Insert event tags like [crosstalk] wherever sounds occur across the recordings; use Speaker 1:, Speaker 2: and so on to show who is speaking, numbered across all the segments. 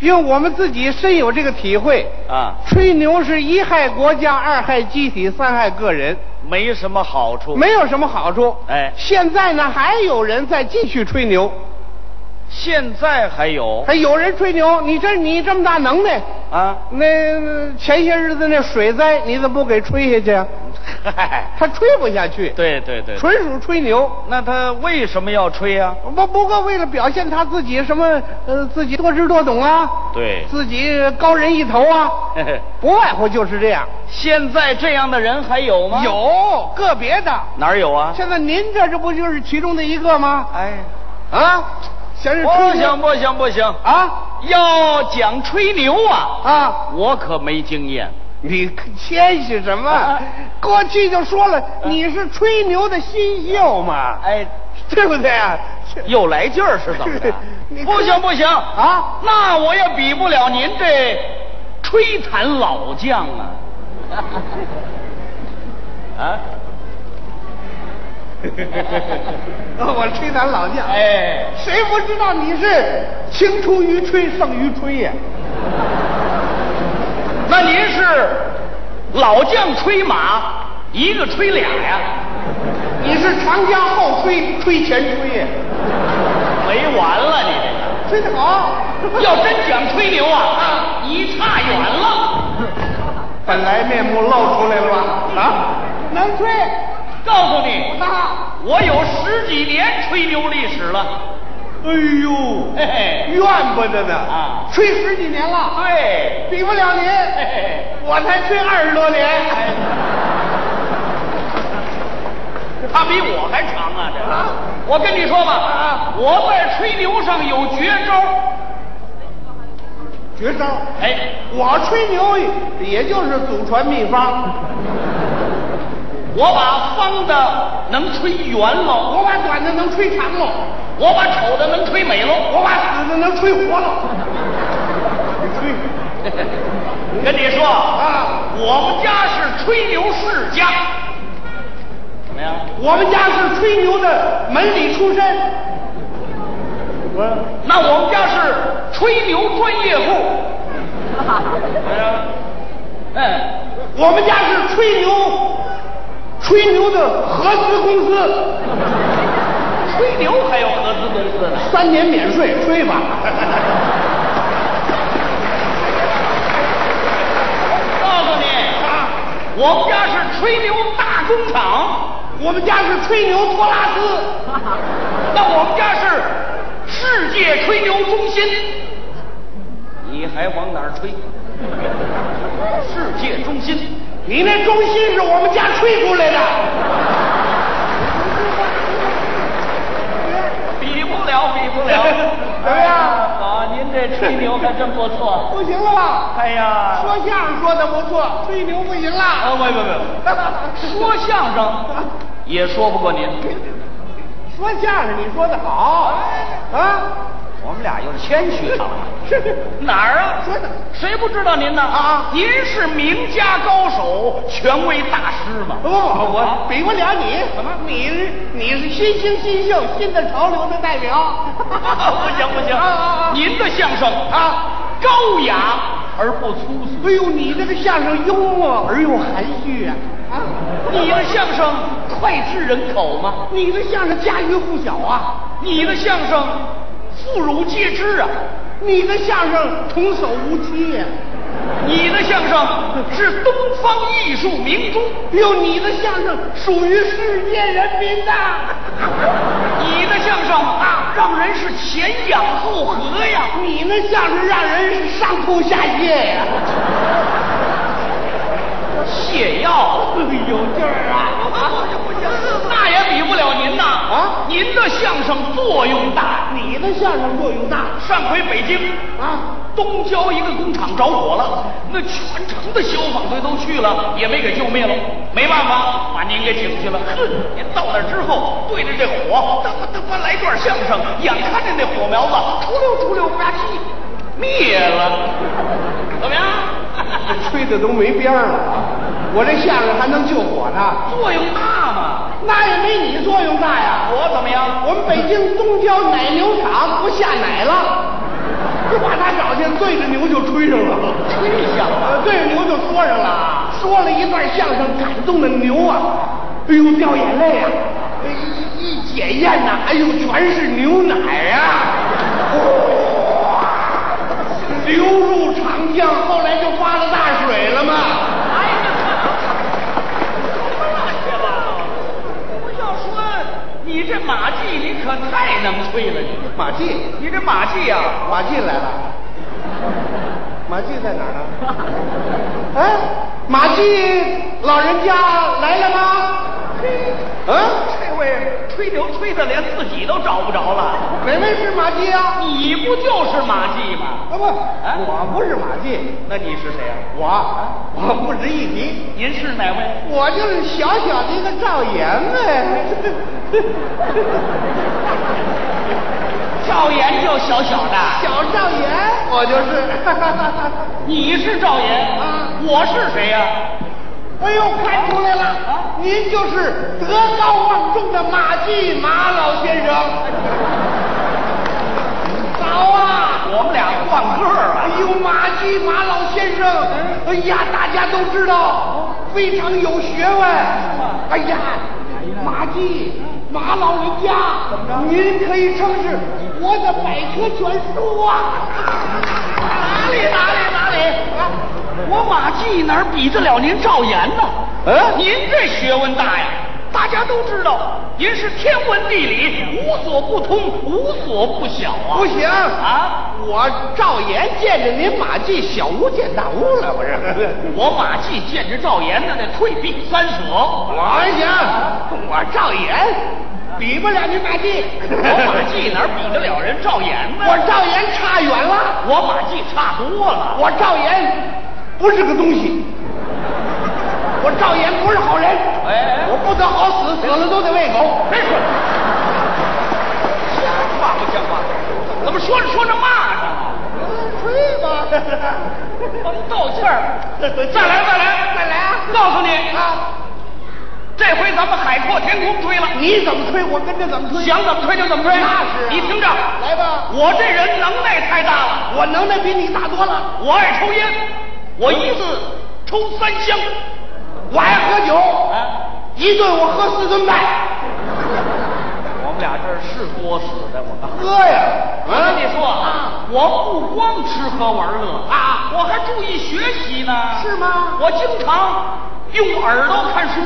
Speaker 1: 因为我们自己深有这个体会，
Speaker 2: 啊，
Speaker 1: 吹牛是一害国家，二害机体，三害个人，
Speaker 2: 没什么好处。
Speaker 1: 没有什么好处。
Speaker 2: 哦哎
Speaker 1: 现在呢，还有人在继续吹牛，
Speaker 2: 现在还有
Speaker 1: 还有人吹牛，你这你这么大能耐，
Speaker 2: 啊， [laughs]
Speaker 1: 那那前些日子那水灾，你怎么不给吹下去啊？
Speaker 2: 嗨，
Speaker 1: 他吹不下去，
Speaker 2: 对对对，
Speaker 1: 纯属吹牛。
Speaker 2: 那他为什么要吹啊呀、
Speaker 1: 不不过为了表现他自己什么呃自己多知多懂啊，
Speaker 2: 对 [laughs]
Speaker 1: 自己高人一头啊，不外乎就是这样。
Speaker 2: 现在这样的人还有吗？，
Speaker 1: 有个别的，
Speaker 2: 哪儿有啊？
Speaker 1: 现在您这这不就是其中的一个吗？
Speaker 2: 哎，
Speaker 1: 啊，想是
Speaker 2: 不
Speaker 1: 吹
Speaker 2: 行
Speaker 1: 牛
Speaker 2: 不行不行，
Speaker 1: 啊
Speaker 2: 要讲吹牛啊，
Speaker 1: 啊！
Speaker 2: 我可没经验。
Speaker 1: 你谦虚什么
Speaker 2: 啊？
Speaker 1: 过去就说了，你是吹牛的新秀嘛，
Speaker 2: 哎，
Speaker 1: 对不对啊？
Speaker 2: 又来劲儿是怎么的
Speaker 1: [laughs] 你？
Speaker 2: 不行不行
Speaker 1: 啊
Speaker 2: 那我也比不了您这吹坛老将啊！ [laughs] 啊，
Speaker 1: 我吹咱老将，
Speaker 2: 哎，
Speaker 1: 谁不知道你是青出于吹胜于吹呀？
Speaker 2: 那您是老将吹马，一个吹俩呀？
Speaker 1: 你是长江后吹，吹前吹呀，
Speaker 2: 没完了你
Speaker 1: 吹得好。
Speaker 2: 这个！ [laughs] 要真讲吹牛啊，你差远了。
Speaker 1: 本来面目露出来了吧？啊，
Speaker 2: [laughs]
Speaker 1: 能吹，
Speaker 2: 告诉你，
Speaker 1: 那
Speaker 2: 我有十几年吹牛历史了。
Speaker 1: 哎呦，
Speaker 2: 嘿嘿，
Speaker 1: 怨不得呢
Speaker 2: 啊
Speaker 1: 吹十几年了，
Speaker 2: 对，
Speaker 1: 比不了您，
Speaker 2: 哎嘿嘿。
Speaker 1: 我才吹二十多年。
Speaker 2: 他比我还长啊！这，
Speaker 1: 啊
Speaker 2: 我跟你说吧，我在吹牛上有绝招。
Speaker 1: 绝招。
Speaker 2: 哎，
Speaker 1: 我吹牛也就是祖传秘方，
Speaker 2: 我把方的能吹圆喽，
Speaker 1: 我把短的能吹长喽，
Speaker 2: 我把丑的能吹美喽，
Speaker 1: 我把死的能吹活喽。你吹
Speaker 2: 跟你说，
Speaker 1: 啊！
Speaker 2: 我们家是吹牛世家。怎么样？
Speaker 1: 我们家是吹牛的门里出身，我
Speaker 2: 那我们家是吹牛专业户。怎么样？嗯。
Speaker 1: 我们家是吹牛，吹牛的合资公司，
Speaker 2: 吹牛还有合资公司呢？
Speaker 1: 三年免税，吹吧。
Speaker 2: 告诉你，
Speaker 1: 啊，
Speaker 2: 我们家是吹牛大工厂。
Speaker 1: 我们家是吹牛托拉斯，
Speaker 2: 那我们家是世界吹牛中心，你还往哪儿吹？世界中心，
Speaker 1: 你那中心是我们家吹出来的。
Speaker 2: 比不了，比不 [laughs] 了。
Speaker 1: 怎么样
Speaker 2: 好，您这吹牛还真不错。
Speaker 1: 不行了吧？
Speaker 2: 哎呀，
Speaker 1: 说相声说的不错，吹牛不行
Speaker 2: 啊，
Speaker 1: 啦。
Speaker 2: 不不不，说相声也说不过您。
Speaker 1: 说相声你说的好啊， [laughs]
Speaker 2: 我们俩又谦虚了。
Speaker 1: 是
Speaker 2: 哪儿啊？
Speaker 1: 说的
Speaker 2: 谁不知道您呢？
Speaker 1: 啊
Speaker 2: 您是名家高手、权威大师嘛？，
Speaker 1: 不不哦我啊比不了你，怎么你是你是新兴新秀新的潮流的代 [laughs] 表
Speaker 2: [laughs] 不行不行
Speaker 1: 啊啊啊，
Speaker 2: 您的相声
Speaker 1: 啊！
Speaker 2: 高雅而不粗俗，
Speaker 1: 哎呦，你这个相声幽默而又含蓄啊啊！
Speaker 2: 你的相声脍炙人口吗？
Speaker 1: 你的相声家喻户晓啊，
Speaker 2: 你的相声妇孺皆知啊，
Speaker 1: 你的相声童叟无欺啊呀、
Speaker 2: 你的相声是东方艺术明珠，
Speaker 1: 哟，你的相声属于世界人民呐、
Speaker 2: 你的相声啊让人是前仰后合呀。
Speaker 1: 你那相声让人是上吐下泻呀、
Speaker 2: 泻药，有劲儿啊！不行，那也比不了您呐！
Speaker 1: 啊
Speaker 2: 您的相声作用大。
Speaker 1: 你的相声作用大
Speaker 2: 上回北京
Speaker 1: 啊！
Speaker 2: 东郊一个工厂着火了，那全城的消防队都去了，也没给救灭了。没办法，把您给请去了。哼，您到那儿之后，对着这火，噔吧噔吧来段相声，眼看着那火苗子出溜出溜吧唧灭了，怎么样？ [laughs]
Speaker 1: 吹的都没边儿了，我这相声还能救火呢？
Speaker 2: 作用大吗？
Speaker 1: 那也没你作用大呀！
Speaker 2: 我怎么样？
Speaker 1: 我们北京东郊奶牛场不下奶了，把他脚先对着牛就吹上了，
Speaker 2: 吹响了
Speaker 1: 呃对着牛就说上了啊，说了一段相声，感动的牛啊，哎呦掉眼泪啊，哎一一解咽呐、哎呦全是牛奶啊，流入长江，后来就发了大水了嘛。
Speaker 2: 别吧，我要说你这马季，你可太能吹了，你
Speaker 1: 马季，
Speaker 2: 你这马季啊，
Speaker 1: 马季来了，马季在哪儿呢？哎，马季老人家来了吗？嗯、
Speaker 2: 这位吹牛吹的连自己都找不着了，
Speaker 1: 哪位是马季啊？
Speaker 2: 你不就是马季吗？
Speaker 1: 啊不，我不是马季，
Speaker 2: 那你是谁啊？
Speaker 1: 我我不值一提，
Speaker 2: 您是哪位？
Speaker 1: 我就是小小的一个赵岩呗，
Speaker 2: 赵岩就小小的，
Speaker 1: 小赵岩，我就是。 [laughs]
Speaker 2: 你是赵岩
Speaker 1: 啊
Speaker 2: 我是谁呀？
Speaker 1: 哎呦，看出来了，您就是德高望重的马季马老先生。 [laughs] 好啊！
Speaker 2: 我们俩换个儿
Speaker 1: 哎
Speaker 2: 啊，
Speaker 1: 呦，马季马老先生，哎呀，大家都知道，非常有学问。哎呀，马季马老人家，您可以称是我的百科全书啊！
Speaker 2: 哪里哪里哪里，我马季哪儿比得了您赵岩呢？
Speaker 1: 嗯
Speaker 2: 您这学问大呀，大家都知道，您是天文地理无所不通，无所不晓啊。
Speaker 1: 不行
Speaker 2: 啊，
Speaker 1: 我赵岩见着您马季，小巫见大巫了，我这。
Speaker 2: 我马季见着赵岩那得退避三舍。
Speaker 1: 我行，我赵岩比不了你马季，
Speaker 2: 我马季哪儿比得了人赵岩呢？
Speaker 1: 我赵岩差远了，
Speaker 2: 我马季差多了。
Speaker 1: 我赵岩不是个东西，我赵岩不是好人，
Speaker 2: 哎哎
Speaker 1: 我不得好死，死了都得喂狗。
Speaker 2: 别说了，像话不像话？怎么说着说着骂上了？
Speaker 1: [laughs] 吹吧， [laughs]
Speaker 2: 斗气儿！再来再来
Speaker 1: 再来啊
Speaker 2: 告诉你，
Speaker 1: 啊！
Speaker 2: 这回咱们海阔天空吹了，
Speaker 1: 你怎么吹，我跟着怎么吹。
Speaker 2: 想怎么吹就怎么吹。
Speaker 1: 那是啊
Speaker 2: 你听着，
Speaker 1: 来吧，
Speaker 2: 我这人能耐太大了，
Speaker 1: 我能耐比你大多了，
Speaker 2: 我爱抽烟，我一次抽三箱。
Speaker 1: 我爱喝酒，
Speaker 2: 啊，
Speaker 1: 一顿我喝四
Speaker 2: 哎
Speaker 1: 顿半，
Speaker 2: 我们俩这是作死的，我告诉你。
Speaker 1: 喝呀！
Speaker 2: 我跟你说啊，我不光吃喝玩乐啊，我还注意学习呢。
Speaker 1: 是吗
Speaker 2: 我经常用耳朵看书。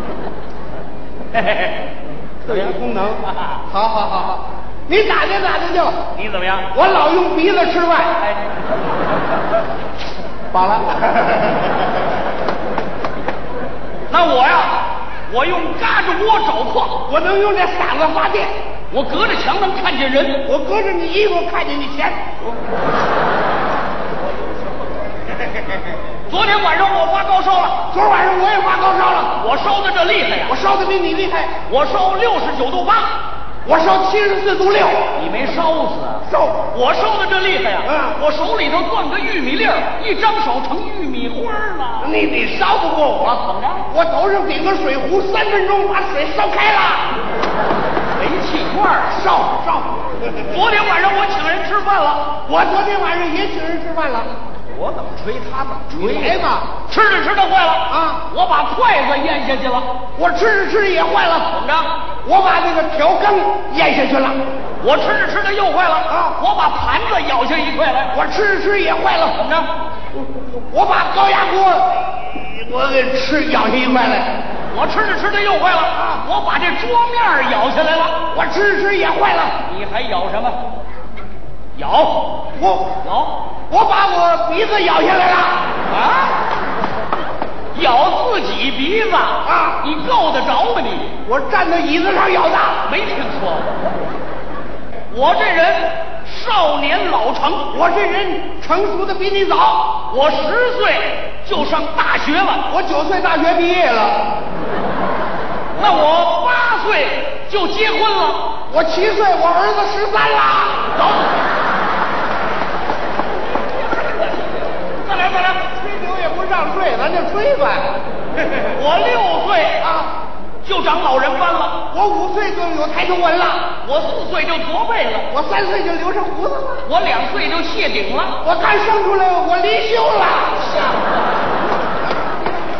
Speaker 2: [laughs] 嘿嘿嘿，
Speaker 1: 特异功能，[laughs]
Speaker 2: 啊
Speaker 1: 好好好好，你打听打听去吧。
Speaker 2: 你怎么样？
Speaker 1: 我老用鼻子吃饭，
Speaker 2: 哎，
Speaker 1: 饱了。
Speaker 2: 那我呀，我用嘎吱窝找矿，
Speaker 1: [laughs] 我能用这嗓子发电，
Speaker 2: 我隔着墙能看见人。
Speaker 1: 我隔着你衣服看见你钱。
Speaker 2: 昨天晚上我发高烧了，
Speaker 1: 昨儿晚上我也发高烧了，
Speaker 2: 我烧的这厉害呀
Speaker 1: 我！烧的比你厉害，
Speaker 2: 我烧六十九度八，
Speaker 1: 我烧七十四度六，
Speaker 2: 你没烧死啊？
Speaker 1: 瘦。
Speaker 2: 我烧的这厉害呀、
Speaker 1: 嗯
Speaker 2: 我手里头攥个玉米粒儿，一张手成玉米花儿了。
Speaker 1: 你你烧不过我，
Speaker 2: 怎么着？
Speaker 1: 我头上顶个水壶，三分钟把水烧开了，
Speaker 2: 煤气罐儿。
Speaker 1: 烧烧。
Speaker 2: 昨天晚上我请人吃饭了，
Speaker 1: 我昨天晚上也请人吃饭了，
Speaker 2: 我怎么吹他怎么
Speaker 1: 来吧，
Speaker 2: 吃着吃着坏了
Speaker 1: 啊！
Speaker 2: 我把筷子咽下去了，
Speaker 1: 我吃着吃着也坏了
Speaker 2: 怎。么着？
Speaker 1: 我把那个调羹咽下去了，
Speaker 2: 我吃着吃着又坏了
Speaker 1: 啊
Speaker 2: 我把盘子咬下一块来，
Speaker 1: 我吃着吃着也坏
Speaker 2: 怎么
Speaker 1: 了，
Speaker 2: 着？
Speaker 1: 我把高压锅我给吃咬下一块来，
Speaker 2: 我吃着吃着又坏了
Speaker 1: 啊
Speaker 2: 我把这桌面儿咬下来了，
Speaker 1: 我吃着吃着也坏了，
Speaker 2: 你还咬什么？咬
Speaker 1: 我
Speaker 2: 咬。
Speaker 1: 我把我鼻子咬下来了，
Speaker 2: 啊！咬自己鼻子
Speaker 1: 啊
Speaker 2: 你够得着吗你？
Speaker 1: 我站到椅子上咬的，
Speaker 2: 没听说过。我这人少年老成，
Speaker 1: 我这人成熟的比你早，
Speaker 2: 我十岁就上大学了，
Speaker 1: 我九岁大学毕业了，
Speaker 2: 那我八岁就结婚了，
Speaker 1: 我七岁我儿子十三啦，
Speaker 2: 走。再来再来，
Speaker 1: 吹牛也不让睡，咱就吹吧，
Speaker 2: 我六岁
Speaker 1: 啊，
Speaker 2: 就又长老人斑了，
Speaker 1: 我五岁就有抬头纹了，
Speaker 2: 我四岁就驼背了，
Speaker 1: 我三岁就留上胡子了，
Speaker 2: 我两岁就谢顶了。
Speaker 1: 我刚生出来我离休了。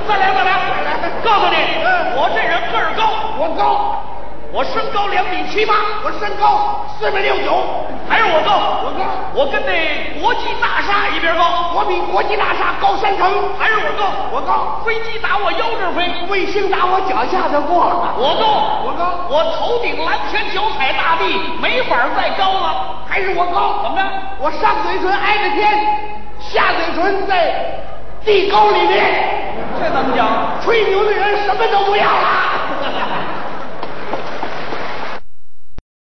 Speaker 2: 再来再来，告诉你，我这人个儿高，
Speaker 1: 我高，
Speaker 2: 我身高两米七八，
Speaker 1: 我身高四米六九，
Speaker 2: 还是我高，
Speaker 1: 我高
Speaker 2: 我跟那国际大厦一边高，
Speaker 1: 我比国际大厦高三层，
Speaker 2: 还是我高，
Speaker 1: 我高，
Speaker 2: 飞机打我腰这儿飞，
Speaker 1: 卫星打我脚下头过，
Speaker 2: 我高，
Speaker 1: 我高
Speaker 2: 我头顶蓝天，脚踩大地，没法儿再高了。
Speaker 1: 还是我
Speaker 2: 怎
Speaker 1: 高，
Speaker 2: 么着？
Speaker 1: 我上嘴唇挨着天，下嘴唇在地沟里面。
Speaker 2: 这怎么讲？
Speaker 1: 吹牛的人什么都不要了。